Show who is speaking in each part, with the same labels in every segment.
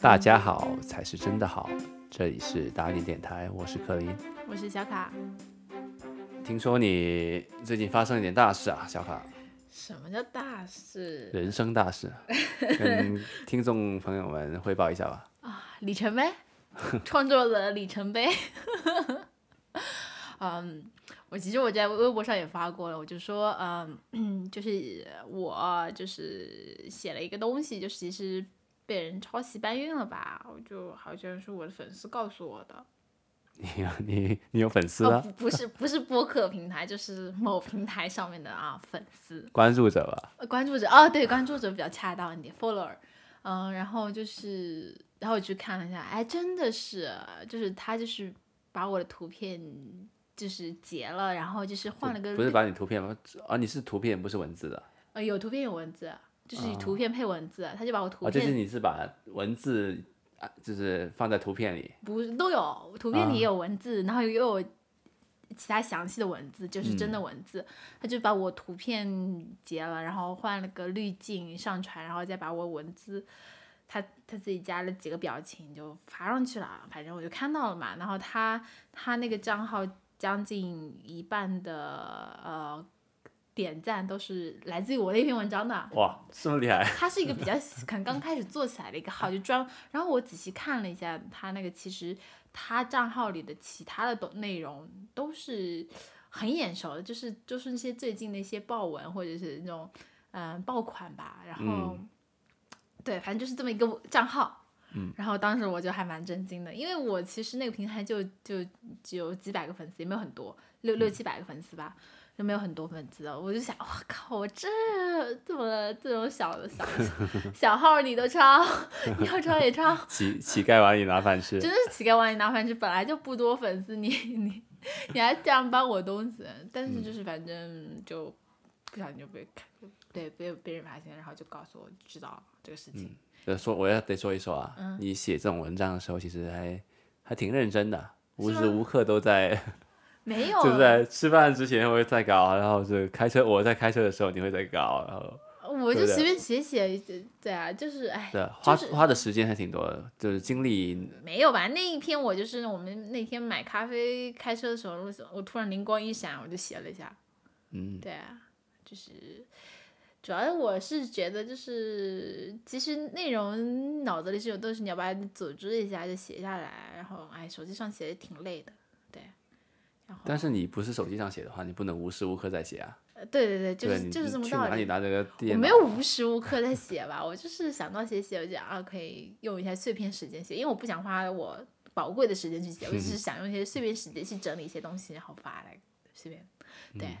Speaker 1: 大家好才是真的好，这里是打脸电台，我是柯林。
Speaker 2: 我是小卡。
Speaker 1: 听说你最近发生了一点大事啊，小卡，
Speaker 2: 什么叫大事
Speaker 1: 人生大 事，跟听众朋友们汇报一下吧。
Speaker 2: 啊？里程碑，创作了里程碑。 嗯，我其实我在微博上也发过了，我就说，嗯，嗯 就是我就是写了一个东西，就其实被人抄袭搬运了吧？我就好像是我的粉丝告诉我的，
Speaker 1: 你有你你有粉丝
Speaker 2: 哦
Speaker 1: 啊，
Speaker 2: 不不是不是播客平台，就是某平台上面的啊粉丝。
Speaker 1: 关注者吧？
Speaker 2: 呃关注者哦，对，关注者比较恰当一点，follower。嗯，然后就是，然后我去看了一下，哎，真的是，就是他就是把我的图片就是截了，然后就是换了个
Speaker 1: 不是
Speaker 2: 绿
Speaker 1: 把你图片吗？啊，你是图片不是文字的
Speaker 2: 呃有图片有文字，就是图片配文字，他就把我图
Speaker 1: 啊，就是
Speaker 2: 片、
Speaker 1: 你是把文字啊，就是放在图片里，
Speaker 2: 不是都有，图片里也有文字，然后也有其他详细的文字，就是真的文字，他就把我图片截了，然后换了个滤镜上传，然后再把我文字，他他自己加了几个表情就发上去了，反正我就看到了嘛。然后他他那个账号将近一半的呃点赞都是来自于我那篇文章的，
Speaker 1: 哇，这么厉害！
Speaker 2: 它是一个比较可能刚开始做起来的一个号，就专。然后我仔细看了一下他那个，其实他账号里的其他的东内容都是很眼熟的，就是就是那些最近的一些爆文或者是那种嗯、爆款吧。然后、对，反正就是这么一个账号。嗯，然后当时我就还蛮震惊的，因为我其实那个平台就就只有几百个粉丝，也没有很多，六六七百个粉丝吧。就没有很多粉丝的，我就想，哇靠，我这 这么这种小的小小号你都抄，你要抄也抄，
Speaker 1: 乞乞丐碗里拿饭吃
Speaker 2: 真，的是乞丐碗里拿饭吃，本来就不多粉丝，你 你你还这样搬我东西，但是
Speaker 1: 嗯
Speaker 2: 就是反正就不小心就被看，对被被人发现，然后就告诉我知道了这个事情，
Speaker 1: 呃说我要得说一说啊，
Speaker 2: 嗯
Speaker 1: 你写这种文章的时候，其实还还挺认真的，无时无刻都在，
Speaker 2: 没有，
Speaker 1: 就是在吃饭之前会在搞，然后是开车我在开车的时候你会在搞，然后
Speaker 2: 我
Speaker 1: 对
Speaker 2: 就
Speaker 1: 不对
Speaker 2: 随便写写，对啊，就是哎，
Speaker 1: 对花、
Speaker 2: 就是
Speaker 1: 花的时间还挺多的，就是精力
Speaker 2: 没有吧？那一篇我就是我们那天买咖啡开车的时候，我我突然灵光一闪，我就写了一下。
Speaker 1: 嗯，
Speaker 2: 对啊，就是主要我是觉得就是其实内容脑子里是有，但是你要把它组织一下就写下来，然后哎手机上写也挺累的。
Speaker 1: 但是你不是手机上写的话，你不能无时无刻在写啊。
Speaker 2: 呃对对对，就
Speaker 1: 对
Speaker 2: 是
Speaker 1: 你
Speaker 2: 就是这
Speaker 1: 你
Speaker 2: 么
Speaker 1: 去
Speaker 2: 道
Speaker 1: 哪
Speaker 2: 理
Speaker 1: 里。拿这个
Speaker 2: 我
Speaker 1: 电脑？
Speaker 2: 没有无时无刻在写吧，我就是想到写写，我就想啊可以用一下碎片时间写，因为我不想花我宝贵的时间去写，我只是想用一些碎片时间去整理一些东西，然后发来随便，对。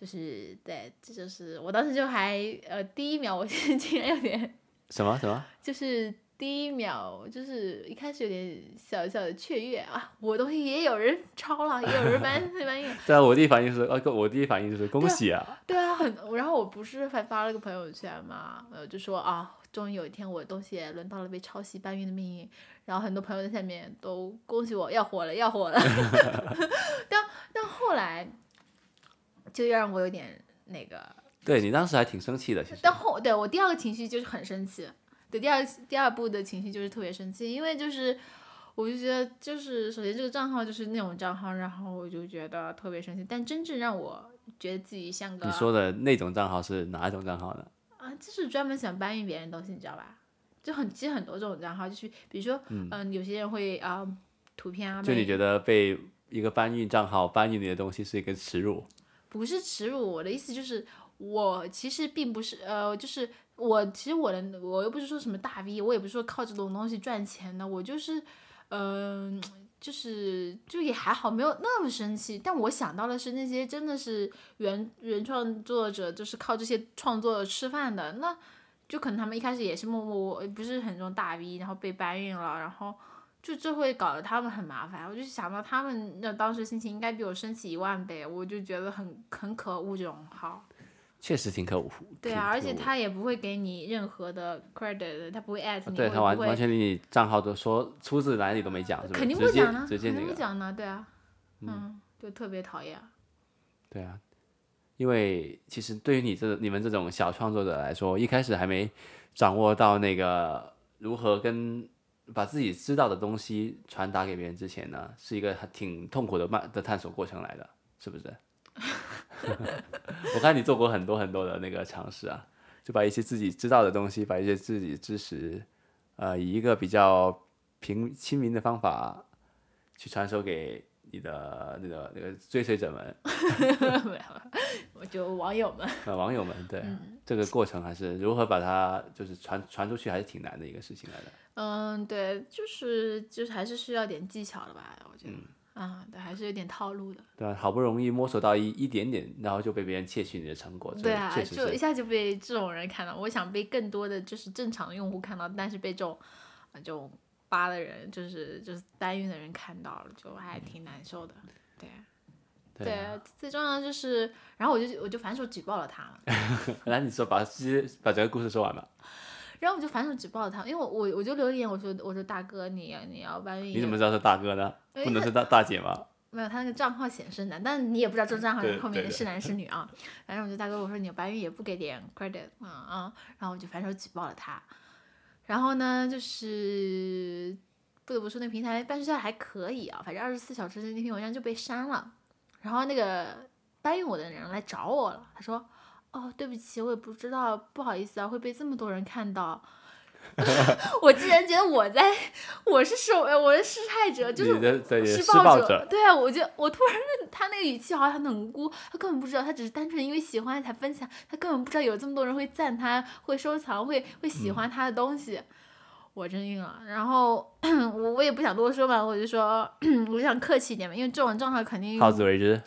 Speaker 2: 就是对，这就是我当时就还呃，第一秒我 是竟然有点，
Speaker 1: 什么什么？
Speaker 2: 就是第一秒就是一开始有点小小的雀跃啊，我东西也有人抄了，也有人搬搬运了，
Speaker 1: 对啊，我第一反应是啊，我第一反应就是恭喜啊，
Speaker 2: 对啊，很。然后我不是还发了个朋友圈嘛，呃，就说啊，终于有一天我的东西也轮到了被抄袭搬运的命运。然后很多朋友在下面都恭喜我要火了，要火了。 但但后来就让我有点那个，啊
Speaker 1: 对你当时还挺生气的，其实
Speaker 2: 但后对我第二个情绪就是很生气，对第二第二步的情绪就是特别生气，因为就是我就觉得就是首先这个账号就是那种账号，然后我就觉得特别生气。但真正让我觉得自己像个
Speaker 1: 你说的那种账号是哪种账号呢？
Speaker 2: 啊，就是专门想搬运别人东西，你知道吧？就很其实很多这种账号，就是比如说，嗯、有些人会啊、图片啊，
Speaker 1: 就你
Speaker 2: 被
Speaker 1: 觉得被一个搬运账号搬运你的东西是一个耻辱，
Speaker 2: 不是耻辱，我的意思就是，我其实并不是呃，就是我其实我的我又不是说什么大 V，我也不是说靠这种东西赚钱的，我就是嗯、就是就也还好，没有那么生气。但我想到的是那些真的是原原创作者，就是靠这些创作吃饭的，那就可能他们一开始也是默默呃无不是很重大 V，然后被搬运了，然后就这会搞得他们很麻烦。我就想到他们那当时心情应该比我生气一万倍，我就觉得很很可恶这种号。
Speaker 1: 确实挺可恶。
Speaker 2: 对
Speaker 1: 挺
Speaker 2: 啊，而且
Speaker 1: 可恶
Speaker 2: 他也不会给你任何的 credit，的他不会 at
Speaker 1: 啊
Speaker 2: 你，
Speaker 1: 对
Speaker 2: 我也
Speaker 1: 他完
Speaker 2: 不会
Speaker 1: 完全连你账号都说出自哪里都没讲，是吧？
Speaker 2: 肯定不
Speaker 1: 直接
Speaker 2: 讲呢，啊嗯
Speaker 1: 直接
Speaker 2: 肯
Speaker 1: 那
Speaker 2: 定不
Speaker 1: 个，
Speaker 2: 啊讲呢，对啊，嗯，就特别讨厌。
Speaker 1: 对啊。因为其实对于你这你们这种小创作者来说，一开始还没掌握到那个如何跟把自己知道的东西传达给别人之前呢，是一个很挺痛苦的慢的探索过程来的，是不是？ 我看你做过很多很多的那个尝试啊，就把一些自己知道的东西，把一些自己知识，呃，以一个比较平亲民的方法去传授给你的那个那个追随者们。
Speaker 2: 没有， 我就网友们。
Speaker 1: 呃，网友们对、
Speaker 2: 嗯
Speaker 1: 这个过程还是如何把它就是传传出去，还是挺难的一个事情来的。
Speaker 2: 嗯，对，就是就是还是需要点技巧的吧，我觉得。
Speaker 1: 嗯
Speaker 2: 啊，对，还是有点套路的。
Speaker 1: 对吧？好不容易摸索到一一点点，然后就被别人窃取你的成果，这
Speaker 2: 对啊，
Speaker 1: 确实
Speaker 2: 就是一下就被这种人看到。我想被更多的就是正常的用户看到，但是被这种啊这种扒的人，就是就是单运的人看到了，就还挺难受的。对
Speaker 1: 嗯对啊。
Speaker 2: 最重要的就是，然后我就我就反手举报了 他了，
Speaker 1: 来，你说把这些把整个故事说完吧。
Speaker 2: 然后我就反手举报了他，因为我我我就留言我说我说大哥你你要搬运，
Speaker 1: 你怎么知道是大哥呢？
Speaker 2: 哎
Speaker 1: 不能是大大姐吗？
Speaker 2: 没有，他那个账号显示男，但你也不知道这个账号
Speaker 1: 对
Speaker 2: 后面
Speaker 1: 对的
Speaker 2: 是男是女 啊。反正我就大哥我说你白玉也不给点 credit 啊啊，然后我就反手举报了他。然后呢，就是不得不说那平台办事效还可以啊，反正二十四小时之内那篇文章就被删了。然后那个搬运我的人来找我了，他说：“哦，对不起，我也不知道，不好意思啊，会被这么多人看到。”我竟然觉得我在，我是受，呃我是施害者，就是
Speaker 1: 你的对
Speaker 2: 施
Speaker 1: 施
Speaker 2: 暴
Speaker 1: 暴者，
Speaker 2: 对啊，我就我突然他那个语气好像很无辜，他根本不知道，他只是单纯因为喜欢才分享，他根本不知道有这么多人会赞他、会收藏、会会喜
Speaker 1: 嗯
Speaker 2: 欢他的东西。我真晕了，然后 我我也不想多说嘛，我就说 我就想客气一点嘛，因为这种账号肯定
Speaker 1: 好自为之。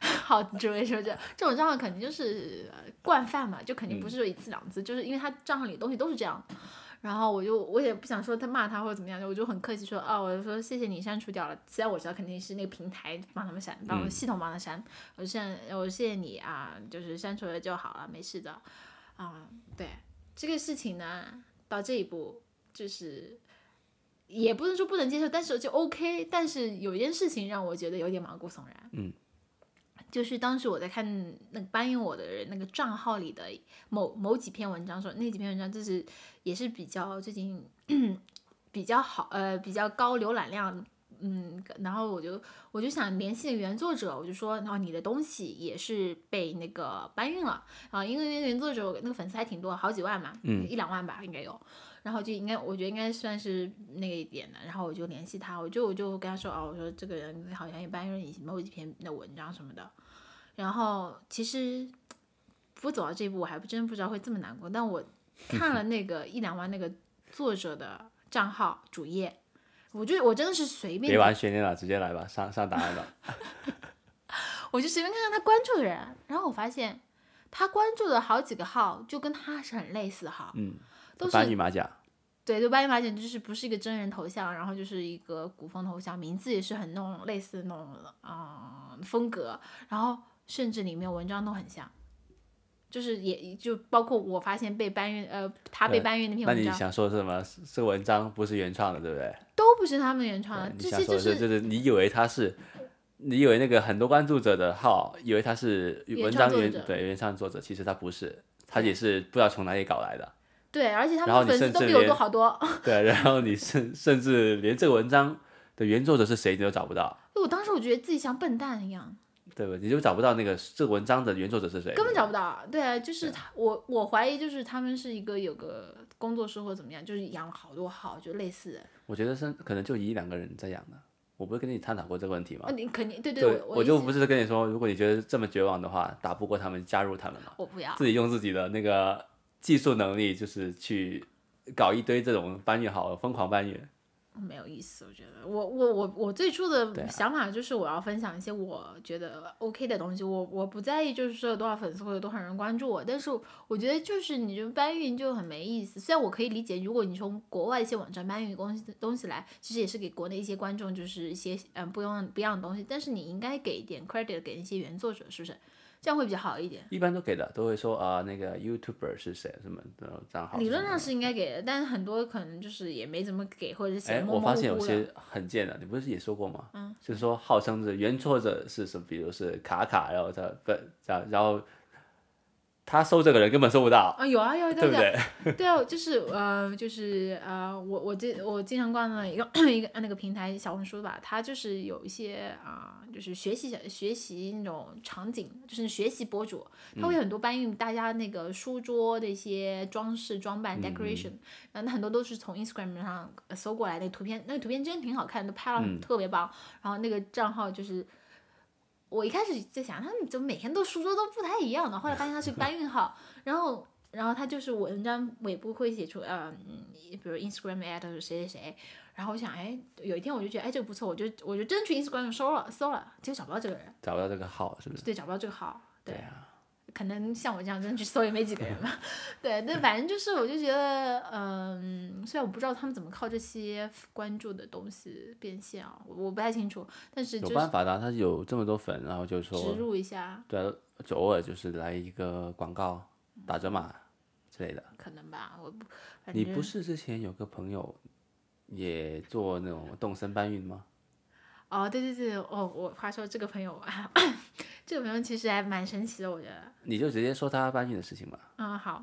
Speaker 2: 好，只为说这这种账号肯定就是呃惯犯嘛，就肯定不是说一次两次，就是因为他账号里的东西都是这样的。然后我就我也不想说他骂他或者怎么样，我就很客气说啊，我就说谢谢你删除掉了。虽然我知道肯定是那个平台帮他们删，帮我系统帮他删，我现我谢谢你啊，就是删除了就好了，没事的。啊，对这个事情呢，到这一步就是也不能说不能接受，但是就 OK。但是有一件事情让我觉得有点毛骨悚然，就是当时我在看那个搬运我的人那个账号里的某某几篇文章的时候，说那几篇文章就是也是比较最近 比较好呃比较高浏览量，嗯，然后我就我就想联系原作者，我就说，然后你的东西也是被那个搬运了啊，因为原作者那个粉丝还挺多，好几万嘛，嗯，一两万吧应该有。然后就应该，我觉得应该算是那个一点的。然后我就联系他，我就我就跟他说，哦，我说这个人好像也搬运了你某几篇的文章什么的。然后其实不走到这一步，我还不真不知道会这么难过。但我看了那个一两万那个作者的账号主页，我就我真的是随便
Speaker 1: 别玩悬念了，直接来吧，上上答案吧。
Speaker 2: 我就随便看看他关注的人，然后我发现他关注的好几个号就跟他是很类似的号，
Speaker 1: 嗯，
Speaker 2: 都是
Speaker 1: 搬运马甲，
Speaker 2: 对，就八一马剪就是不是一个真人头像，然后就是一个古风头像，名字也是很那种类似那种嗯风格，然后甚至里面文章都很像，就是也就包括我发现被搬运呃他被
Speaker 1: 对
Speaker 2: 搬运那篇
Speaker 1: 那
Speaker 2: 文
Speaker 1: 你
Speaker 2: 章
Speaker 1: 想说是什么？是是文章不是原创的，对不对？
Speaker 2: 都不是他们原创的，
Speaker 1: 对你
Speaker 2: 啊这
Speaker 1: 想
Speaker 2: 些
Speaker 1: 说
Speaker 2: 就
Speaker 1: 的是
Speaker 2: 是
Speaker 1: 就是你以为他是，你以为那个很多关注者的号，以为他是
Speaker 2: 原
Speaker 1: 文
Speaker 2: 创
Speaker 1: 章
Speaker 2: 作
Speaker 1: 原
Speaker 2: 者
Speaker 1: 对原创作者，其实他不是，他也是不知道从哪里搞来 的。
Speaker 2: 对，而且他
Speaker 1: 然后
Speaker 2: 们
Speaker 1: 你
Speaker 2: 粉丝
Speaker 1: 甚
Speaker 2: 都
Speaker 1: 至
Speaker 2: 比我多
Speaker 1: 连
Speaker 2: 好多。
Speaker 1: 对，然后你甚甚至连这个文章的原作者是谁你都找不到，
Speaker 2: 我当时我觉得自己像笨蛋一样，
Speaker 1: 对吧？你就找不到那个这个文章的原作者是谁，
Speaker 2: 根本找不到。对啊，就是他，我我怀疑就是他们是一个有个工作室或者怎么样，就是养了好多号，就类似的。
Speaker 1: 我觉得是可能就一两个人在养的。我不是跟你探讨过这个问题吗
Speaker 2: 啊，？你肯定对
Speaker 1: 对，
Speaker 2: 我
Speaker 1: 我就
Speaker 2: 意思
Speaker 1: 不是跟你说，如果你觉得这么绝望的话，打不过他们，加入他们嘛，
Speaker 2: 我不要，
Speaker 1: 自己用自己的那个技术能力，就是去搞一堆这种搬运好，疯狂搬运。
Speaker 2: 没有意思。我觉得我我我我最初
Speaker 1: 对啊
Speaker 2: 的想法就是我要分享一些我觉得 OK 的东西，我我不在意就是说有多少粉丝或者多少人关注我，但是我觉得就是你这搬运就很没意思。虽然我可以理解，如果你从国外一些网站搬运东西东西来，其实也是给国内一些观众就是一些嗯不用不一样的东西，但是你应该给一点 credit 给那些原作者，是不是？这样会比较好一点。
Speaker 1: 一般都给的，都会说啊、那个 YouTuber 是谁什么的账号什么的。
Speaker 2: 理论上是应该给的，但是很多可能就是也没怎么给，或者是
Speaker 1: 哎，
Speaker 2: 显
Speaker 1: 哎，
Speaker 2: 模
Speaker 1: 我
Speaker 2: 模
Speaker 1: 发现
Speaker 2: 糊
Speaker 1: 有
Speaker 2: 糊
Speaker 1: 些很贱的，你不是也说过吗？嗯，就是说号称是原作者是什么，比如是卡卡，然后他不，然然后他搜这个人根本搜不到，
Speaker 2: 啊，有啊有啊，
Speaker 1: 对
Speaker 2: 对
Speaker 1: 不
Speaker 2: 啊
Speaker 1: 对？
Speaker 2: 对 啊，就是呃，就是呃，我我这我经常逛的一个 一个那个平台小红书吧，它就是有一些啊、就是学习学习那种场景，就是学习博主，它会有很多搬运大家那个书桌的一些装饰装扮 decoration，然后很多都是从 Instagram 上呃搜过来那个图片，那个图片真的挺好看的，都拍了特别棒，然后那个账号就是。我一开始在想，他们怎么每天都书桌都不太一样呢？后来发现他是搬运号，然后然后他就是文章尾部会写出呃，嗯比如 Instagram at 谁谁谁，然后我想，哎，有一天我就觉得，哎，这个不错，我就我就真去 Instagram 上搜了搜了，结果找不到这个人，
Speaker 1: 找不到这个号是不是？
Speaker 2: 对，找不到这个号，对，
Speaker 1: 对啊，
Speaker 2: 可能像我这样真去搜也没几个人 吧，对，但反正就是我就觉得，嗯，虽然我不知道他们怎么靠这些关注的东西变现啊，我我不太清楚，但是
Speaker 1: 有
Speaker 2: 就是
Speaker 1: 办法的啊，他有这么多粉，然后就说
Speaker 2: 植入一下，
Speaker 1: 对啊，就偶尔就是来一个广告打折码之类的。
Speaker 2: 可能吧，我不，反
Speaker 1: 你不
Speaker 2: 正
Speaker 1: 是之前有个朋友也做那种动身搬运吗？
Speaker 2: 哦，对对对，哦，我话说这个朋友啊， 这个朋友其实还蛮神奇的，我觉得。
Speaker 1: 你就直接说他搬运的事情嘛。
Speaker 2: 嗯，好。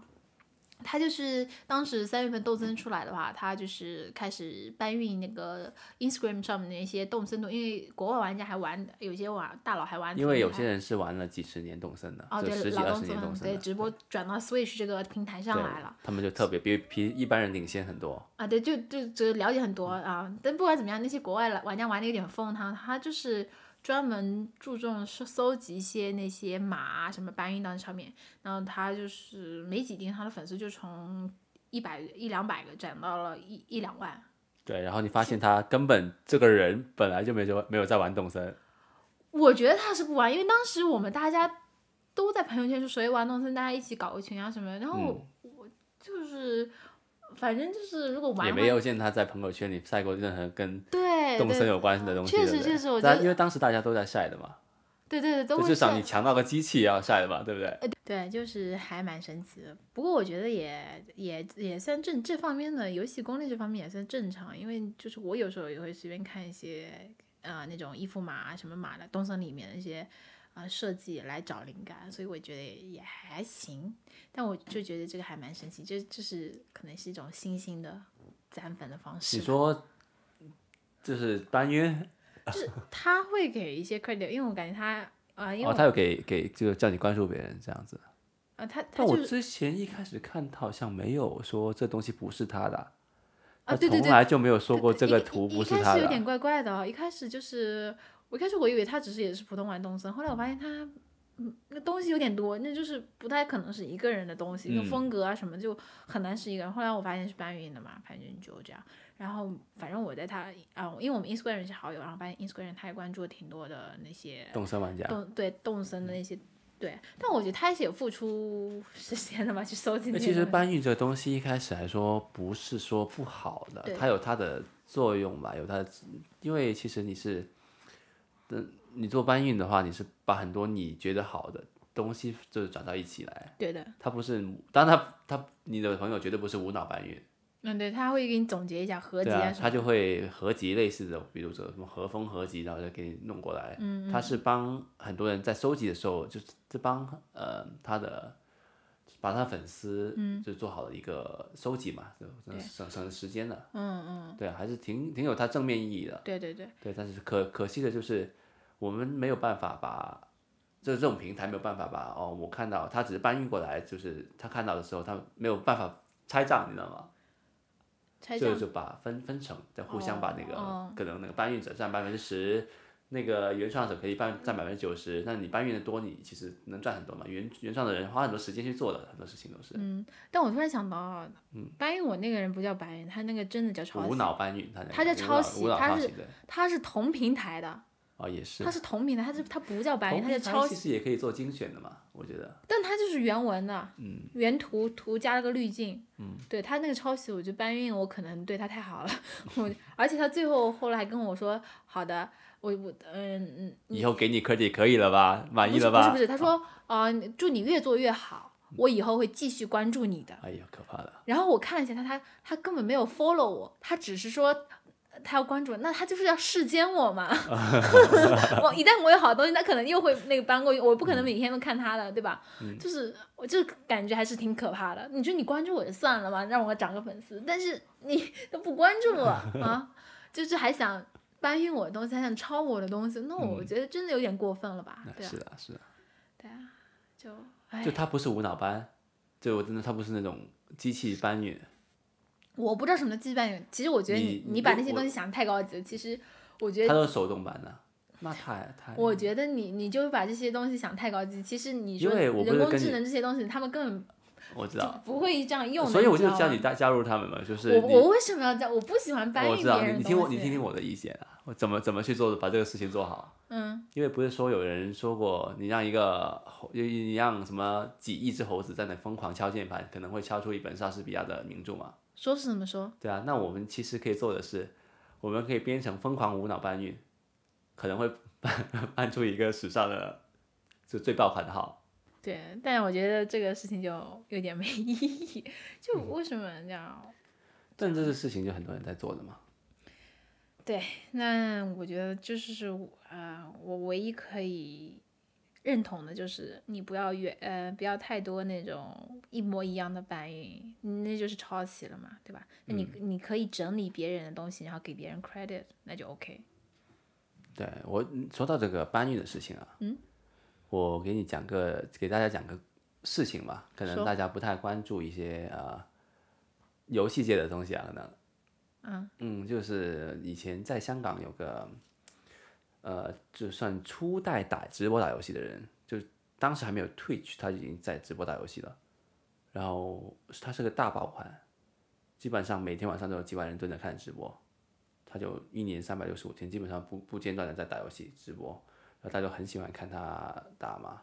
Speaker 2: 他就是当时三月份动森出来的话，他就是开始搬运那个 Instagram 上面的一些动森的，因为国外玩家还玩，有些玩大佬还玩挺
Speaker 1: 因
Speaker 2: 厉害的。
Speaker 1: 为有些人是玩了几十年动森的，
Speaker 2: 啊哦，
Speaker 1: 就
Speaker 2: 对，
Speaker 1: 十几
Speaker 2: 老
Speaker 1: 二
Speaker 2: 动
Speaker 1: 十年动
Speaker 2: 森
Speaker 1: 森
Speaker 2: 对
Speaker 1: 的，
Speaker 2: 直播转到 Switch 这个平台上
Speaker 1: 对
Speaker 2: 来了。
Speaker 1: 他们就特别比比一般人领先很多。
Speaker 2: 啊，对，就就就了解很多
Speaker 1: 嗯
Speaker 2: 啊。但不管怎么样，那些国外玩家玩的有点疯他他就是专门注重搜搜集一些那些马啊什么搬运到上面，然后他就是没几天，他的粉丝就从一百一两百个涨到了一一两万。
Speaker 1: 对，然后你发现他根本这个人本来就没就没有在玩动森，
Speaker 2: 我觉得他是不玩，因为当时我们大家都在朋友圈说谁玩动森，大家一起搞个群啊什么的。然后我就是，反正就是如果
Speaker 1: 嗯
Speaker 2: 玩
Speaker 1: 也
Speaker 2: 的
Speaker 1: 没
Speaker 2: 话
Speaker 1: 有见他在朋友圈里晒过任何跟
Speaker 2: 对
Speaker 1: 动森
Speaker 2: 对
Speaker 1: 有关的东西。
Speaker 2: 确实
Speaker 1: 对不对
Speaker 2: 确实我觉
Speaker 1: 但
Speaker 2: 得
Speaker 1: 因为当时大家都在晒的嘛，
Speaker 2: 对对对，都
Speaker 1: 就
Speaker 2: 会
Speaker 1: 至少
Speaker 2: 晒
Speaker 1: 你抢到个机器也要晒的嘛，对不对？
Speaker 2: 呃对，就是还蛮神奇的。不过我觉得也也也算正这方面的游戏攻略这方面也算正常，因为就是我有时候也会随便看一些呃那种伊芙玛啊什么马的东森里面的一些呃设计来找灵感，所以我觉得也还行。但我就觉得这个还蛮神奇，就就是可能是一种新兴的攒粉的方式
Speaker 1: 你
Speaker 2: 吧。
Speaker 1: 说就是搬运，
Speaker 2: 就是他会给一些 credit，因为我感觉他呃，因为
Speaker 1: 哦，
Speaker 2: 我、
Speaker 1: 他有给给就叫你关注别人这样子。
Speaker 2: 呃他他
Speaker 1: 但我
Speaker 2: 就是
Speaker 1: 之前一开始看他好像没有说这东西不是他的啊，
Speaker 2: 啊
Speaker 1: 他
Speaker 2: 对对
Speaker 1: 从
Speaker 2: 对
Speaker 1: 来就没有说
Speaker 2: 对
Speaker 1: 过
Speaker 2: 对
Speaker 1: 这
Speaker 2: 一
Speaker 1: 个
Speaker 2: 一
Speaker 1: 图不
Speaker 2: 一
Speaker 1: 是
Speaker 2: 开
Speaker 1: 他
Speaker 2: 始有
Speaker 1: 的啊
Speaker 2: 点。怪怪的哦，一开始就是我一开始我以为他只是也是普通玩动森，后来我发现他，嗯，那东西有点多，那就是不太可能是一个人的东西，那
Speaker 1: 嗯
Speaker 2: 风格啊什么就很难是一个人。后来我发现是搬运的嘛，反正就这样。然后反正我在他啊、因为我们 Instagram 是好友，然后发现 Instagram 他也关注了挺多的那些
Speaker 1: 动森玩家，嗯
Speaker 2: 动对动森的那些。对，但我觉得他也是有付出时间的嘛，去搜集
Speaker 1: 那
Speaker 2: 那些
Speaker 1: 呃其实
Speaker 2: 东西
Speaker 1: 搬运这个东西一开始来说不是说不好的
Speaker 2: 对，
Speaker 1: 它有它的作用吧，有它的，因为其实你是，嗯，你做搬运的话，你是把很多你觉得好的东西就是转到一起来，
Speaker 2: 对的，
Speaker 1: 它不是，当然他他你的朋友绝对不是无脑搬运，
Speaker 2: 嗯，对，他会给你总结一下合集
Speaker 1: 对啊，
Speaker 2: 什么
Speaker 1: 他就会合集类似的，比如说什么和风合集，然后就给你弄过来。嗯他是帮很多人在收集的时候，就是这帮呃他的把他粉丝就做好了一个收集嘛，就
Speaker 2: 嗯对
Speaker 1: 省省时间的。
Speaker 2: 嗯嗯。
Speaker 1: 对啊，还是挺挺有它正面意义的。
Speaker 2: 对对对，
Speaker 1: 对，但是可可惜的就是我们没有办法把。这这种平台没有办法把哦，我看到他只是搬运过来，就是他看到的时候，他没有办法拆账，你知道吗？
Speaker 2: 拆
Speaker 1: 就
Speaker 2: 账
Speaker 1: 就把分分成，再互相
Speaker 2: 哦
Speaker 1: 把那个、
Speaker 2: 哦
Speaker 1: 可能那个搬运者占百分之十，那个原创者可以占占百分之九十。那你搬运的多，你其实能赚很多嘛。原原创的人花很多时间去做的很多事情都是、
Speaker 2: 嗯，但我突然想到，
Speaker 1: 嗯
Speaker 2: 搬运我那个人不叫搬运，他那个真的叫抄
Speaker 1: 无
Speaker 2: 袭，
Speaker 1: 脑搬运，他
Speaker 2: 他
Speaker 1: 叫
Speaker 2: 叫抄袭
Speaker 1: 无脑
Speaker 2: 他
Speaker 1: 抄
Speaker 2: 是
Speaker 1: 袭的
Speaker 2: 他是同平台的，
Speaker 1: 哦，也是
Speaker 2: 他。是同平台，他是他不叫搬运，
Speaker 1: 同
Speaker 2: 他叫
Speaker 1: 平台
Speaker 2: 抄袭
Speaker 1: 其，实也可以做精选的嘛，我觉得。
Speaker 2: 但他就是原文的，嗯，原图图加了个滤镜，嗯，对他那个抄袭，我觉得搬运我可能对他太好了， 我而且他最后后来还跟我说，好的，我我嗯嗯，
Speaker 1: 以后给你 credit 可以了吧？满意了
Speaker 2: 不是
Speaker 1: 吧？嗯
Speaker 2: 不是，他说啊，祝你越做越好，我以后会继续关注你的。
Speaker 1: 哎呀，可怕了。
Speaker 2: 然后我看了一下他，他他根本没有 follow 我，他只是说，呃他要关注我，那他就是要世间我嘛。 我一旦我有好东西，他可能又会那个搬过去，我不可
Speaker 1: 嗯
Speaker 2: 能每天都看他的，对吧？就是我就感觉还是挺可怕的。你说你关注我就算了嘛，让我涨个粉丝，但是你都不关注我啊，就是还想搬运我的东西，还想抄我的东西，那我觉得真的有点过分了吧？对啊
Speaker 1: 嗯是，的，是的，
Speaker 2: 对啊，就哎
Speaker 1: 就，他不是无脑搬，就我真的他不是那种机器搬运，
Speaker 2: 我不知道什么叫羁绊运。其实我觉得
Speaker 1: 你
Speaker 2: 你
Speaker 1: 你
Speaker 2: 把
Speaker 1: 我
Speaker 2: 那些东西想得太高级了，其实我觉得
Speaker 1: 他都是手动搬的，那太太
Speaker 2: 我觉得你你就把这些东西想太高级，其实你
Speaker 1: 因
Speaker 2: 说
Speaker 1: 为我不
Speaker 2: 人
Speaker 1: 是
Speaker 2: 工
Speaker 1: 跟
Speaker 2: 智
Speaker 1: 你
Speaker 2: 能这些东西，他们根本
Speaker 1: 我知
Speaker 2: 就
Speaker 1: 道，
Speaker 2: 不会这样用的。
Speaker 1: 所以我
Speaker 2: 你
Speaker 1: 就
Speaker 2: 知道
Speaker 1: 加
Speaker 2: 吗
Speaker 1: 你加加入他们嘛，就是
Speaker 2: 我
Speaker 1: 你
Speaker 2: 我为什么要在？我不喜欢搬
Speaker 1: 我
Speaker 2: 运
Speaker 1: 知
Speaker 2: 别
Speaker 1: 道
Speaker 2: 人
Speaker 1: 你你
Speaker 2: 的
Speaker 1: 听我
Speaker 2: 东
Speaker 1: 你听
Speaker 2: 西。
Speaker 1: 听我的意见啊，我怎么怎么去做把这个事情做好？
Speaker 2: 嗯，
Speaker 1: 因为不是说有人说过，你让一个猴，你你让什么几亿只猴子在那疯狂敲键盘，可能会敲出一本莎士比亚的名著嘛？
Speaker 2: 说是怎么说？
Speaker 1: 对啊，那我们其实可以做的是，我们可以编程疯狂无脑搬运，可能会 搬搬出一个史上的就最爆款的号。
Speaker 2: 对，但是我觉得这个事情就有点没意义。 就
Speaker 1: 嗯
Speaker 2: 为什么这样？
Speaker 1: 但这个事情就很多人在做的嘛。
Speaker 2: 对，那我觉得就是啊、呃我唯一可以认同的就是你不要远呃不要太多那种一模一样的搬运，那就是抄袭了嘛，对吧？那你、你可以整理别人的东西，然后给别人 credit，那就 OK。
Speaker 1: 对我嗯说到这个搬运的事情啊，嗯，我给你讲个给大家讲个事情吧，可能
Speaker 2: 说
Speaker 1: 大家不太关注一些呃游戏界的东西啊，可能，嗯就是以前在香港有个呃，就算初代打直播打游戏的人，就当时还没有 Twitch，他已经在直播打游戏了，然后他是个大爆款，基本上每天晚上都有几万人蹲着看直播。他就一年三百六十五天基本上不不间断的在打游戏直播，然后大家就很喜欢看他打嘛，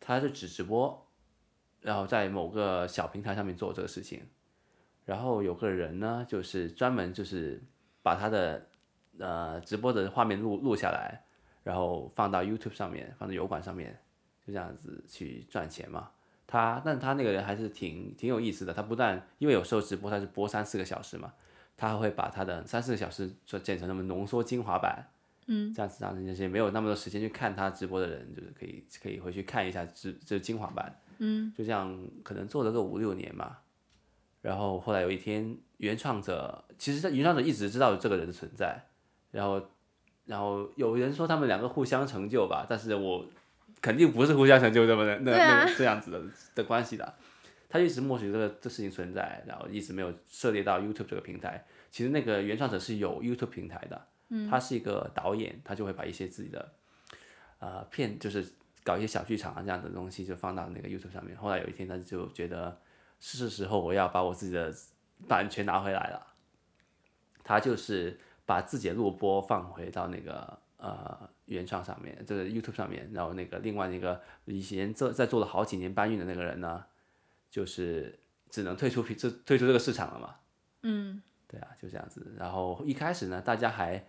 Speaker 1: 他就只直播，然后在某个小平台上面做这个事情，然后有个人呢，就是专门就是把他的呃直播的画面录录下来，然后放到 YouTube 上面，放到油管上面，就这样子去赚钱嘛。他，但他那个人还是挺挺有意思的。他不但因为有时候直播他是播三四个小时嘛。他会把他的三四个小时就剪成那么浓缩精华版，嗯，这样子让那些没有那么多时间去看他直播的人，就是可以可以回去看一下直这精华版，嗯，就这样可能做了个五六年嘛。然后后来有一天，原创者其实他原创者一直知道这个人的存在，然后然后有人说他们两个互相成就吧，但是我肯定不是互相成就这么的那、
Speaker 2: 对啊
Speaker 1: 那这样子的的关系的。他一直默许这个这事情存在，然后一直没有涉猎到 YouTube 这个平台。其实那个原创者是有 YouTube 平台的，
Speaker 2: 嗯
Speaker 1: 他是一个导演，他就会把一些自己的呃片，就是搞一些小剧场啊这样的东西，就放到那个 YouTube 上面。后来有一天，他就觉得是时候我要把我自己的版权拿回来了，他就是把自己的录播放回到那个呃原创上面，就是 YouTube 上面，然后那个另外那个以前做在做了好几年搬运的那个人呢，就是只能退出这退出这个市场了嘛。对啊，就这样子。然后一开始呢，大家还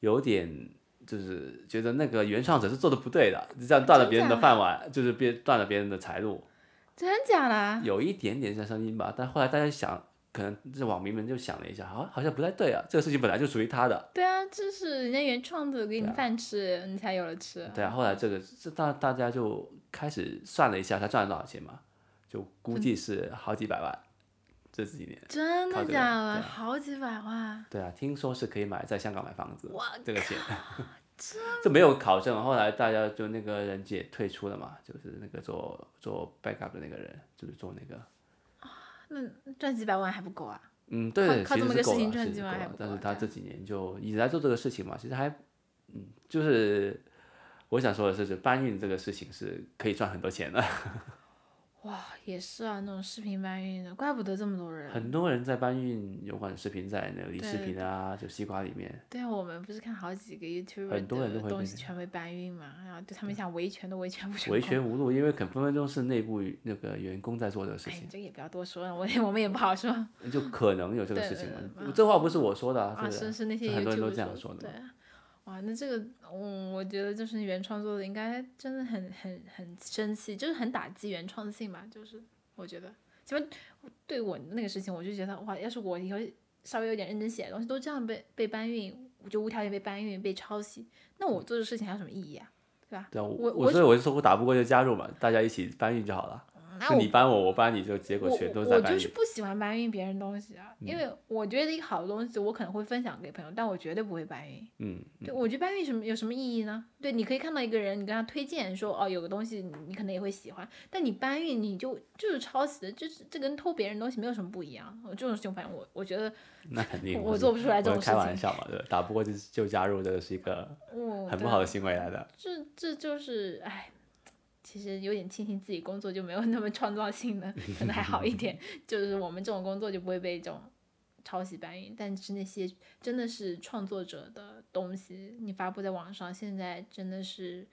Speaker 1: 有点就是觉得那个原创者是做的不对的，就这样断了别人的
Speaker 2: 真
Speaker 1: 饭碗，就是别断了别人的财路，
Speaker 2: 真假的？啊
Speaker 1: 有一点点像声音吧。但后来大家想，可能这网民们就想了一下，好、好像不太对啊，这个事情本来就属于他的。
Speaker 2: 对啊，这是人家原创的给你
Speaker 1: 对啊
Speaker 2: 饭吃，你才有了吃。
Speaker 1: 对啊，后来这个这大大家就开始算了一下他赚了多少钱嘛，就估计是好几百万，这几年。
Speaker 2: 真
Speaker 1: 靠
Speaker 2: 的
Speaker 1: 这个
Speaker 2: 假的？
Speaker 1: 对啊
Speaker 2: 好几百万，
Speaker 1: 对啊，听说是可以买在香港买房子，这个钱， 这没有考证。后来大家就那个人也退出了嘛，就是那个做做 backup 的那个人，就是做那个，
Speaker 2: 赚几百万还不够啊？
Speaker 1: 嗯，对，
Speaker 2: 靠
Speaker 1: 其
Speaker 2: 这
Speaker 1: 实
Speaker 2: 么
Speaker 1: 是
Speaker 2: 个
Speaker 1: 够
Speaker 2: 事情
Speaker 1: 了，
Speaker 2: 赚
Speaker 1: 其实
Speaker 2: 进
Speaker 1: 是够
Speaker 2: 来还
Speaker 1: 了
Speaker 2: 不。
Speaker 1: 但
Speaker 2: 够
Speaker 1: 是
Speaker 2: 啊
Speaker 1: 他这几年就一直在做这个事情嘛，其实还，嗯，就是我想说的是，就搬运这个事情是可以赚很多钱的，
Speaker 2: 哇，也是啊，那种视频搬运的，怪不得这么多 人。
Speaker 1: 很多人在搬运有关的视频，在那个李
Speaker 2: 对
Speaker 1: 视
Speaker 2: 对
Speaker 1: 频啊，就西瓜里面，
Speaker 2: 对啊，我们不是看好几个 YouTuber
Speaker 1: 很多人
Speaker 2: 的
Speaker 1: 都会
Speaker 2: 东
Speaker 1: 被
Speaker 2: 西全被搬运嘛，然后对他们想维权都维权不成
Speaker 1: 维
Speaker 2: 功。
Speaker 1: 权无路，因为可能分分钟是内部那个员工在做这个事
Speaker 2: 哎，
Speaker 1: 情
Speaker 2: 你。这个也不要多说了，我也我们也不好说
Speaker 1: 就可能有这个事情
Speaker 2: 哎对
Speaker 1: 嘛。这话不是我说的
Speaker 2: 啊，
Speaker 1: 是
Speaker 2: 是是那些
Speaker 1: 就很多人都
Speaker 2: YouTuber
Speaker 1: 这样
Speaker 2: 说
Speaker 1: 说
Speaker 2: 的。
Speaker 1: 的
Speaker 2: 对啊，哇，那这个，嗯，我觉得就是原创作的应该真的很很很生气，就是很打击原创性吧，就是我觉得，起码对我那个事情，我就觉得哇，要是我以后稍微有点认真写的东西，都这样被被搬运，我就无条件被搬运、被抄袭，那
Speaker 1: 嗯
Speaker 2: 我做的事情还有什么意义啊？对吧？
Speaker 1: 对啊，
Speaker 2: 我
Speaker 1: 我所以我就说我打不过就加入嘛，大家一起搬运就好了。
Speaker 2: 嗯那
Speaker 1: 就
Speaker 2: 我
Speaker 1: 你搬我，我搬你，就结果
Speaker 2: 我
Speaker 1: 全都
Speaker 2: 我
Speaker 1: 在嗯
Speaker 2: 我
Speaker 1: 搬
Speaker 2: 就
Speaker 1: 运。
Speaker 2: 是不喜欢搬运别人东西啊，因为我觉得一个好的东西，我可能会分享给朋友，但我绝对不会搬运。
Speaker 1: 嗯，
Speaker 2: 对，我觉得搬运什么有什么意义呢？对，你可以看到一个人，你跟他推荐说，哦，有个东西你你可能也会喜欢，但你搬运你就就是抄袭的，就是这跟偷别人东西没有什么不一样。我这种事情，反正我我觉得
Speaker 1: 那肯定
Speaker 2: 我
Speaker 1: 是
Speaker 2: 做不出来这
Speaker 1: 我
Speaker 2: 种
Speaker 1: 开
Speaker 2: 事
Speaker 1: 玩
Speaker 2: 情
Speaker 1: 笑嘛，对，打不过就就加入，这个是一个
Speaker 2: 我
Speaker 1: 很不
Speaker 2: 对啊
Speaker 1: 好的行为来的。
Speaker 2: 这这就是哎，其实有点庆幸自己工作就没有那么创造性的，可能还好一 点。就是我们这种工作就不会被这种抄袭搬运，但是那些真的是创作者的东西，你发布在网上，现在真的是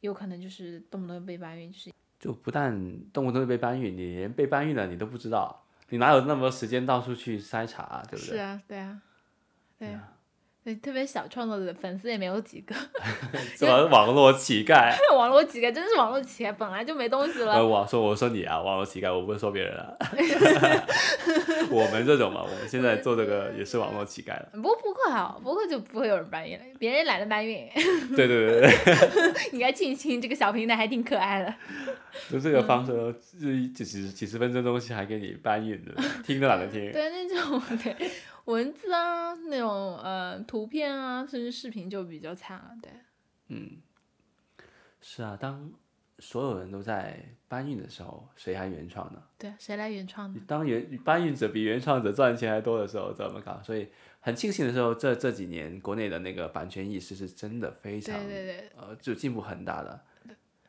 Speaker 2: 有可能就是动不动被搬运，就是
Speaker 1: 就不但动不动就被搬运，你连被搬运了你都不知道，你哪有那么多时间到处去筛查、对不
Speaker 2: 是
Speaker 1: 对？
Speaker 2: 啊，对啊，对啊。对，特别小创作者粉丝也没有几 个，
Speaker 1: 什么网络乞丐？
Speaker 2: 网络乞丐 真的是网络乞丐，本来就没东西了
Speaker 1: 呃，。我说我说你啊，网络乞丐，我不是说别人 啊。我们这种嘛，我们现在做这个也是网络乞丐 了。
Speaker 2: 不过不过好，不过就不会有人搬运了，别人懒得搬运。
Speaker 1: 对对对对，
Speaker 2: 你该庆幸这个小平台还挺可爱的。
Speaker 1: 就这个方式
Speaker 2: 嗯
Speaker 1: 咯，就是几十几十分钟东西还给你搬运的，听都懒得听。
Speaker 2: 对那种对文字啊，那种呃图片啊，甚至视频就比较惨了。对，
Speaker 1: 是啊，当所有人都在搬运的时候，谁还原创呢？
Speaker 2: 对，谁来原创呢？
Speaker 1: 当原搬运者比原创者赚钱还多的时候，怎么搞？所以很庆幸的时候，这这几年国内的那个版权意识是真的非
Speaker 2: 对
Speaker 1: 常
Speaker 2: 对对，
Speaker 1: 呃，就进步很大的。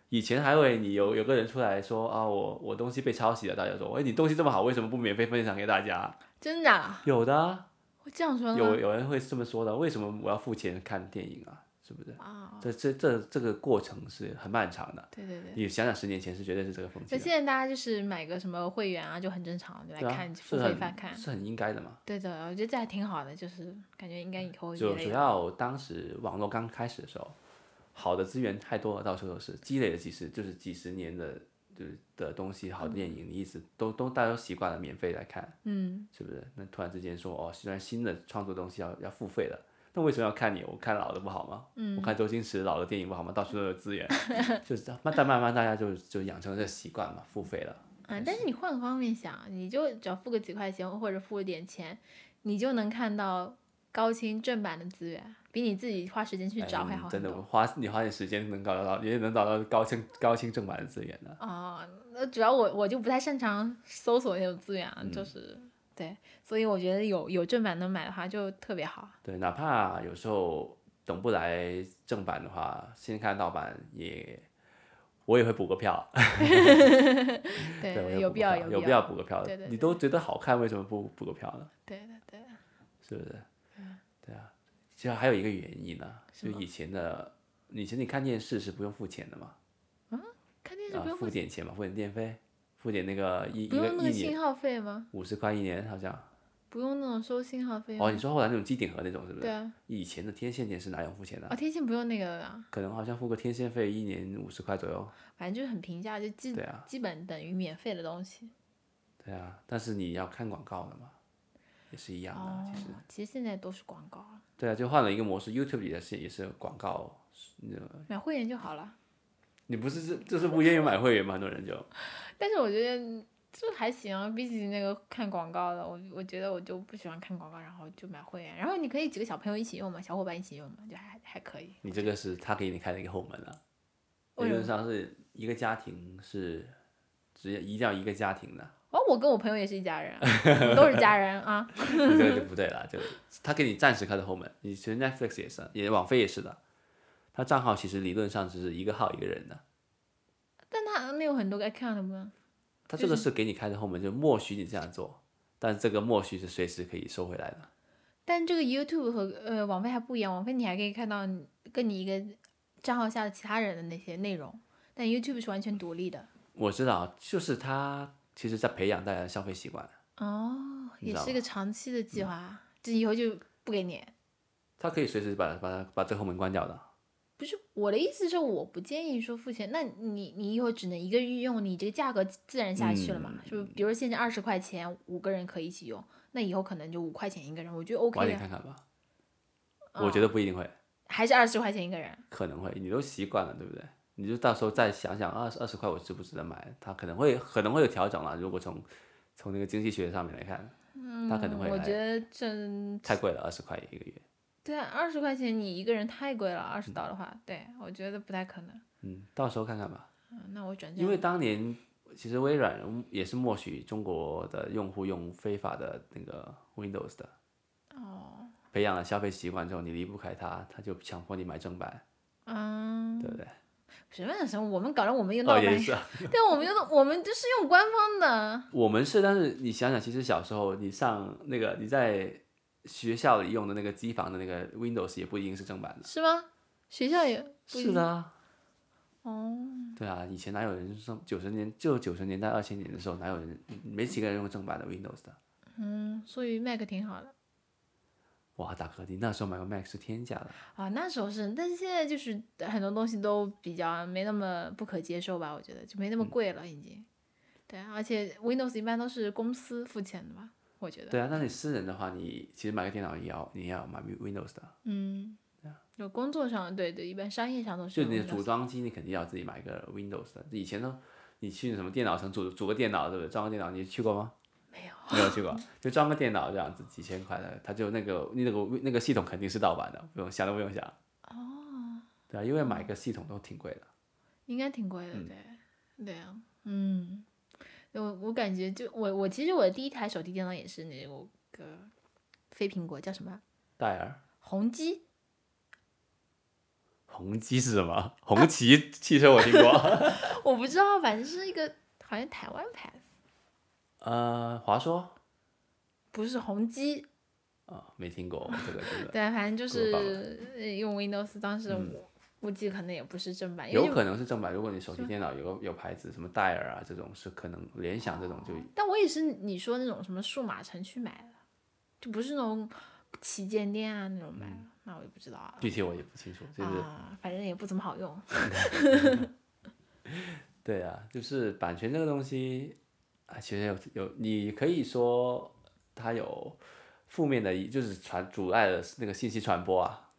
Speaker 1: 以前还会你有有个人出来说啊，我我东西被抄袭了，大家说，哎，你东西这么好，为什么不免费分享给大家？
Speaker 2: 真的啊
Speaker 1: 有的啊，
Speaker 2: 会这样说
Speaker 1: 有
Speaker 2: 呢？
Speaker 1: 有人会这么说的，为什么我要付钱看电影啊？是不是？
Speaker 2: 啊，
Speaker 1: 这这这这个过程是很漫长的。
Speaker 2: 对对对。
Speaker 1: 你想想，十年前是绝对是这个风气
Speaker 2: 所以
Speaker 1: 的，
Speaker 2: 现在大家就是买个什么会员啊，就很正常，对吧？
Speaker 1: 对啊
Speaker 2: 看，付
Speaker 1: 是
Speaker 2: 费翻看
Speaker 1: 很。是很应该的嘛。
Speaker 2: 对的，我觉得这还挺好的，就是感觉应该以后也
Speaker 1: 就主
Speaker 2: 得有
Speaker 1: 要当时网络刚开始的时候，好的资源太多了，到处都是，积累了几十就是几十年的就是的东西，好的电影，你一直都都大家都习惯了免费来看，
Speaker 2: 嗯，
Speaker 1: 是不是？那突然之间说哦，虽然新的创作东西要要付费了。那为什么要看你？我看老的不好吗？嗯，我看周星驰老的电影不好吗？到处都有资 源，就是这样慢，但慢慢大家就就养成了这个习惯嘛，付费了。
Speaker 2: 啊，但是你换个方面想，你就只要付个几块钱或者付点钱，你就能看到高清正版的资源，比你自己花时间去
Speaker 1: 哎
Speaker 2: 找
Speaker 1: 你
Speaker 2: 还好
Speaker 1: 真
Speaker 2: 很
Speaker 1: 的
Speaker 2: 多。
Speaker 1: 花你花点时间能搞得到，也能找到高清高清正版的资源的。
Speaker 2: 哦，那主要我我就不太擅长搜索那种资源，啊，
Speaker 1: 嗯
Speaker 2: 就是对，所以我觉得有有正版能买的话就特 别好。
Speaker 1: 对，哪怕有时候等不来正版的话，先看盗版也，我也会补个票。
Speaker 2: 对，
Speaker 1: 我也
Speaker 2: 有
Speaker 1: 补个
Speaker 2: 必要
Speaker 1: 票
Speaker 2: 有
Speaker 1: 有必要补个票的。
Speaker 2: 对对
Speaker 1: 你都觉得好看，为什么不补个票呢？
Speaker 2: 对对对，
Speaker 1: 是不是？
Speaker 2: 嗯
Speaker 1: 对啊，其实还有一个原因呢，就以前的，以前你看电视是不用付钱的嘛，
Speaker 2: 看电视
Speaker 1: 啊
Speaker 2: 不，用付
Speaker 1: 付点钱嘛，付点电费，付点那个一一
Speaker 2: 不
Speaker 1: 个
Speaker 2: 用那个
Speaker 1: 一年
Speaker 2: 信号费吗？
Speaker 1: 五十块一年好像。
Speaker 2: 不用那种收信号费吗？
Speaker 1: 哦，你说后来那种机顶盒那种是不
Speaker 2: 对
Speaker 1: 是？
Speaker 2: 啊，
Speaker 1: 以前的天线电视哪有付钱的？啊
Speaker 2: 哦，天线不用那个的啊，
Speaker 1: 可能好像付个天线费一年五十块左右。
Speaker 2: 反正就是很平价，就基
Speaker 1: 对啊
Speaker 2: 基本等于免费的东西。
Speaker 1: 对啊，但是你要看广告的嘛，也是一样的。
Speaker 2: 哦
Speaker 1: 其实，
Speaker 2: 其实现在都是广告了，
Speaker 1: 对啊，就换了一个模式，YouTube 也是也是广告。
Speaker 2: 买会员就好了。
Speaker 1: 你不是这这是不愿意买会员吗？很多人就
Speaker 2: 但是我觉得这还行啊，比起那个看广告的，我我觉得我就不喜欢看广告，然后就买会员。然后你可以几个小朋友一起用嘛，小伙伴一起用嘛，就还还可以。
Speaker 1: 你这个是他给你开了一个后门了、
Speaker 2: 为
Speaker 1: 理
Speaker 2: 什么
Speaker 1: 论上是一个家庭是只一定要一个家庭 的，
Speaker 2: 哦，我跟我朋友也是一家 人啊，我们都是家人啊。
Speaker 1: 你这个就不对了，就他给你暂时开的后门。你其实 Netflix 也是，也网飞也是的，他账号其实理论上只是一个号一个人的。
Speaker 2: 但他没有很多个 account 吗？
Speaker 1: 他
Speaker 2: 嗯
Speaker 1: 这个是给你开的后门，就默许你这样做，但这个默许是随时可以收回来的。
Speaker 2: 但这个 YouTube 和呃网飞还不一样，网飞你还可以看到你跟你一个账号下的其他人的那些内容，但 YouTube 是完全独立的。
Speaker 1: 我知道，就是他其实在培养大家的消费习惯。
Speaker 2: 哦，
Speaker 1: 你知
Speaker 2: 也
Speaker 1: 道
Speaker 2: 是一个长期的计划啊，这以后就不给你。
Speaker 1: 他可以随时把把把这个后门关掉
Speaker 2: 哦
Speaker 1: 的。
Speaker 2: 不是我的意思是，我不建议说付钱。那你你以后只能一个嗯人用，你这个价格自然下去了嘛？是不是？比如说现在二十块钱，五个人可以一起用，那以后可能就五块钱一个人，我觉得 OK
Speaker 1: 晚点
Speaker 2: 啊，哦
Speaker 1: 看看吧。我觉得不一定会，
Speaker 2: 还是二十块钱一个人。
Speaker 1: 可能会，你都习惯了，对不对？你就到时候再想想，二十二十块我值不值得买？它可能会可能会有调整了。如果从从那个经济学上面来看，它可能会
Speaker 2: 嗯我
Speaker 1: 来
Speaker 2: 觉得这
Speaker 1: 太贵了，二十块一个月。
Speaker 2: 对啊，二十块钱你一个人太贵了，二十刀的话，对我觉得不太可能。
Speaker 1: 嗯，到时候看看吧。
Speaker 2: 嗯，那我转
Speaker 1: 因
Speaker 2: 账。
Speaker 1: 为当年其实微软嗯也是默许中国的用户用非法的那个 Windows 的。哦。培养了消费习惯之后，你离不开它，它就强迫你买正版，
Speaker 2: 嗯，
Speaker 1: 对不对？
Speaker 2: 什么什么，我们搞得我们又闹
Speaker 1: 哦，
Speaker 2: 半
Speaker 1: 也
Speaker 2: 天。
Speaker 1: 是啊。
Speaker 2: 对，我们用的我们就是用官方的，
Speaker 1: 我们是，但是你想想，其实小时候你上那个你在学校里用的那个机房的那个 Windows 也不一定是正版的。
Speaker 2: 是吗？学校也不一
Speaker 1: 是的啊，
Speaker 2: 哦，
Speaker 1: 对啊，以前哪有人上九十年就九十年代二千年的时候，哪有人没几个人用正版的 Windows 的？
Speaker 2: 嗯，所以 Mac 挺好的
Speaker 1: 哇，大哥，你那时候买个 Mac 是天价的。
Speaker 2: 啊，那时候是，但是现在就是很多东西都比较没那么不可接受吧，我觉得就没那
Speaker 1: 嗯
Speaker 2: 么贵了已经。对，而且 Windows 一般都是公司付钱的吧，我觉得。
Speaker 1: 对啊，那你私人的话，你其实买个电脑也要你也要买 Windows 的，
Speaker 2: 嗯，有工作上，对对，一般商业上都是
Speaker 1: 就
Speaker 2: 用
Speaker 1: 你的
Speaker 2: Windows。
Speaker 1: 组装机你肯定要自己买个 Windows 的。以前呢，你去什么电脑城组组个电脑，对不对？装个电脑，你去过吗？
Speaker 2: 没有，
Speaker 1: 没有去过，就装个电脑这样子，几千块的，它就那个那个那个系统肯定是盗版的，不用想都不用想。哦。对啊，因为
Speaker 2: 嗯
Speaker 1: 买个系统都挺贵的。
Speaker 2: 应该挺贵的，
Speaker 1: 嗯
Speaker 2: 对，对啊，嗯，我我感觉就我我其实我第一台手提电脑也是那个非苹果叫什么
Speaker 1: 戴尔
Speaker 2: 宏基，
Speaker 1: 宏基是什么？红旗汽车我听过。
Speaker 2: 我不知道，反正是一个好像台湾牌子，
Speaker 1: 呃，华硕
Speaker 2: 不是宏基，
Speaker 1: 啊，没听过这个这个，
Speaker 2: 对，反正就
Speaker 1: 不知道嗯
Speaker 2: 是呃用 Windows，当时我估计可能也不是正版，因为
Speaker 1: 有可能是正版。如果你手提电脑有个有牌子什么戴尔啊这种，是可能联想这种就
Speaker 2: 但我也是你说那种什么数码城区买的，就不是那种旗舰店啊那种买的，
Speaker 1: 嗯
Speaker 2: 那我也不知道啊。
Speaker 1: 具体我也不清楚，就是
Speaker 2: 啊，反正也不怎么好用。
Speaker 1: 对啊，就是版权这个东西啊，其实有有，你可以说它有负面的一，就是传阻碍了那个信息传播啊，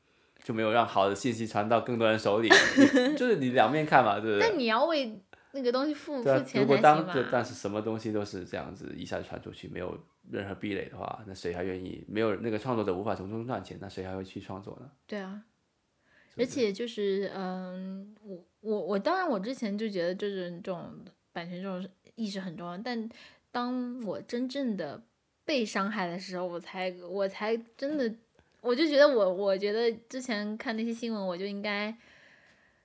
Speaker 1: 就没有让好的信息传到更多人手里， 你就是你两面看嘛，对不对？
Speaker 2: 但你要为那个东西
Speaker 1: 对
Speaker 2: 付付
Speaker 1: 啊，如
Speaker 2: 钱
Speaker 1: 果
Speaker 2: 才
Speaker 1: 当
Speaker 2: 行
Speaker 1: 对
Speaker 2: 嘛。
Speaker 1: 但是什么东西都是这样子一下传出去，没有任何壁垒的话，那谁还愿意？没有那个创作者无法从中赚钱，那谁还会去创作呢？
Speaker 2: 对啊，
Speaker 1: 是不
Speaker 2: 而
Speaker 1: 是
Speaker 2: 且就是嗯，我我我当然我之前就觉得就是这种版权这种意识很重要，但当我真正的被伤害的时候，我才我才真的我就觉得我我觉得之前看那些新闻，我就应该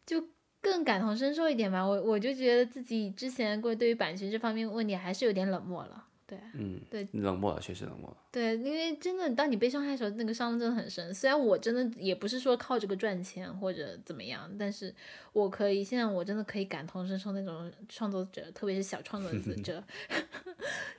Speaker 2: 就更感同身受一点吧。我我就觉得自己之前过对于版权这方面问题还是有点冷漠了。对啊
Speaker 1: 嗯，
Speaker 2: 对，
Speaker 1: 冷漠了，确实冷漠了。
Speaker 2: 对，因为真的，当你被伤害的时候，那个伤真的很深。虽然我真的也不是说靠这个赚钱或者怎么样，但是我可以现在我真的可以感同身受那种创作者，特别是小创作 者，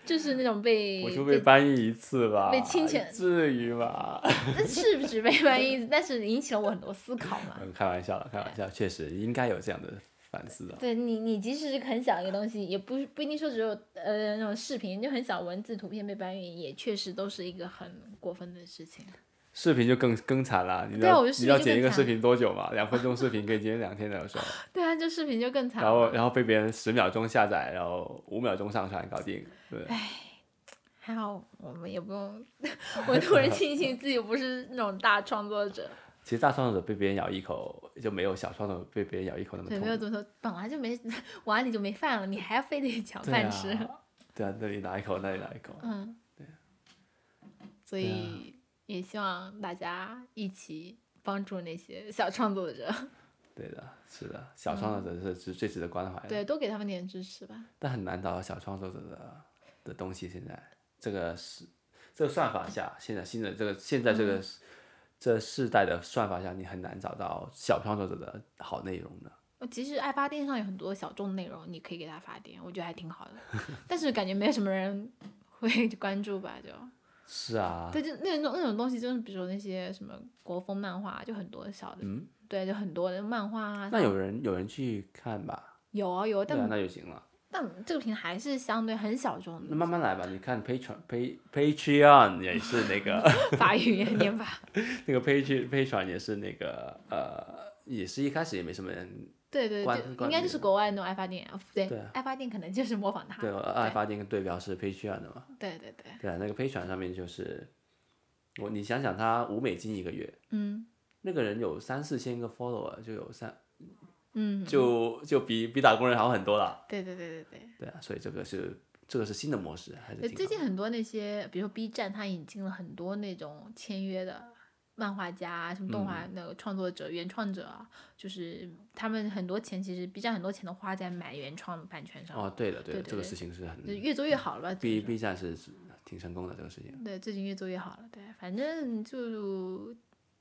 Speaker 2: 就是那种被
Speaker 1: 我就被搬运一次吧，
Speaker 2: 被侵权
Speaker 1: 至于吗？
Speaker 2: 但 是不是被翻译，但是引起了我很多思考 嘛。
Speaker 1: 嗯， 开玩笑了，开玩笑，确实应该有这样的反思的。
Speaker 2: 对你，你即使是很小一个东西，也不不一定说只有呃那种视频，就很小文字、图片被搬运，也确实都是一个很过分的事情。
Speaker 1: 视频就更更惨了，你知
Speaker 2: 对啊
Speaker 1: 道
Speaker 2: 我觉得视
Speaker 1: 你
Speaker 2: 频
Speaker 1: 要
Speaker 2: 就
Speaker 1: 剪一个
Speaker 2: 更
Speaker 1: 视
Speaker 2: 惨
Speaker 1: 频多久嘛？两分钟视频可以剪两天的有时候，
Speaker 2: 对啊，就视频就 更惨
Speaker 1: 然
Speaker 2: 了。
Speaker 1: 后然后被别人十秒钟下载，然后五秒钟上传，搞定。对，
Speaker 2: 还好我们也不用， 我突然庆幸自己不是那种大创作者，
Speaker 1: 其实大创作者被别人咬一口就没有小创作者被别人咬一口那么
Speaker 2: 对，
Speaker 1: 痛
Speaker 2: 没有
Speaker 1: 苦。
Speaker 2: 这么说，本来就没碗里就没饭了，你还非 得抢
Speaker 1: 对
Speaker 2: 饭吃，
Speaker 1: 啊，对啊，那里拿一口，那里拿一口。
Speaker 2: 嗯，所
Speaker 1: 啊
Speaker 2: 以也希望大家一起帮助那些小创作者，
Speaker 1: 对的，是的，小创作者
Speaker 2: 嗯
Speaker 1: 是值最值得关怀的。
Speaker 2: 对，多给他们点支持吧。
Speaker 1: 但很难找到小创作者的的东西。现在这个是这个算法下，现在新的这个现在这个、这世代的算法下，你很难找到小创作者的好内容的。
Speaker 2: 呃其实爱发电上有很多小众内容，你可以给他发电，我觉得还挺 好的，但是感觉没有什么人会 关注吧，就。
Speaker 1: 是啊，
Speaker 2: 对，就那种那种东西，就是比如说那些什么国风漫画，就很多小的，
Speaker 1: 嗯
Speaker 2: 对，就很多的漫画啊。
Speaker 1: 那有人有人去看吧？
Speaker 2: 有啊有啊，
Speaker 1: 对
Speaker 2: 但、
Speaker 1: 啊，那就行了。
Speaker 2: 但这个平台还是相对很小众
Speaker 1: 那慢慢来吧，你看 Patreon、Pay Patreon 也是那个。
Speaker 2: 的法语也念法。
Speaker 1: 那个飞去飞船也是那个呃，也是一开始也没什么人，
Speaker 2: 对对，
Speaker 1: 关
Speaker 2: 就
Speaker 1: 关
Speaker 2: 应该
Speaker 1: 闭
Speaker 2: 就是国外那种爱发电，哦不对
Speaker 1: 对啊，
Speaker 2: 爱发电可能就是模仿它。
Speaker 1: 啊对，哦爱发电跟对标是飞船的嘛，
Speaker 2: 对对对，
Speaker 1: 对啊，那个飞船上面就是我，你想想他五美金一个月，
Speaker 2: 嗯
Speaker 1: 那个人有三四千个 follower，就有三
Speaker 2: 嗯，
Speaker 1: 就就比比打工人好很多了，
Speaker 2: 对对对对对。
Speaker 1: 对啊，所以这个是这个是新的模式，还是
Speaker 2: 对，
Speaker 1: 挺
Speaker 2: 呃最
Speaker 1: 好
Speaker 2: 近很多那些，比如说 B 站，它引进了很多那种签约的漫画家啊，什么
Speaker 1: 嗯
Speaker 2: 动画那个创作者、原创者啊，就是他们很多钱，其实 B 站很多钱都花在买原创版权上，
Speaker 1: 哦，对的对的，
Speaker 2: 对对
Speaker 1: 这个
Speaker 2: 对
Speaker 1: 事情是很
Speaker 2: 就越做越好了吧。只能
Speaker 1: B
Speaker 2: 说
Speaker 1: B 站是挺成功的这个事情，
Speaker 2: 对，最近越做越好了。对，反正就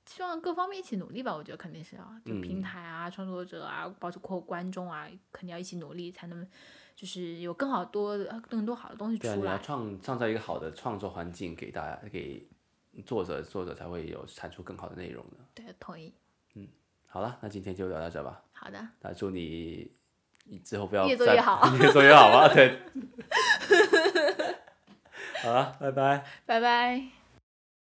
Speaker 2: 希望各方面一起努力吧。我觉得肯定是啊，就
Speaker 1: 嗯
Speaker 2: 平台啊、创作者啊，包括观众啊，肯定要一起努力，才能就是有更好多呃更多好的东西
Speaker 1: 对啊，
Speaker 2: 出
Speaker 1: 你要
Speaker 2: 来。
Speaker 1: 创创造一个好的创作环境给大家给作者，作者才会有产出更好的内容的。
Speaker 2: 对，同意。
Speaker 1: 好了，那今天就聊到这吧。
Speaker 2: 好的，
Speaker 1: 那祝你你之后不要
Speaker 2: 越做
Speaker 1: 再
Speaker 2: 越好，
Speaker 1: 越做越 好吧。对，好了，拜拜。
Speaker 2: 拜拜。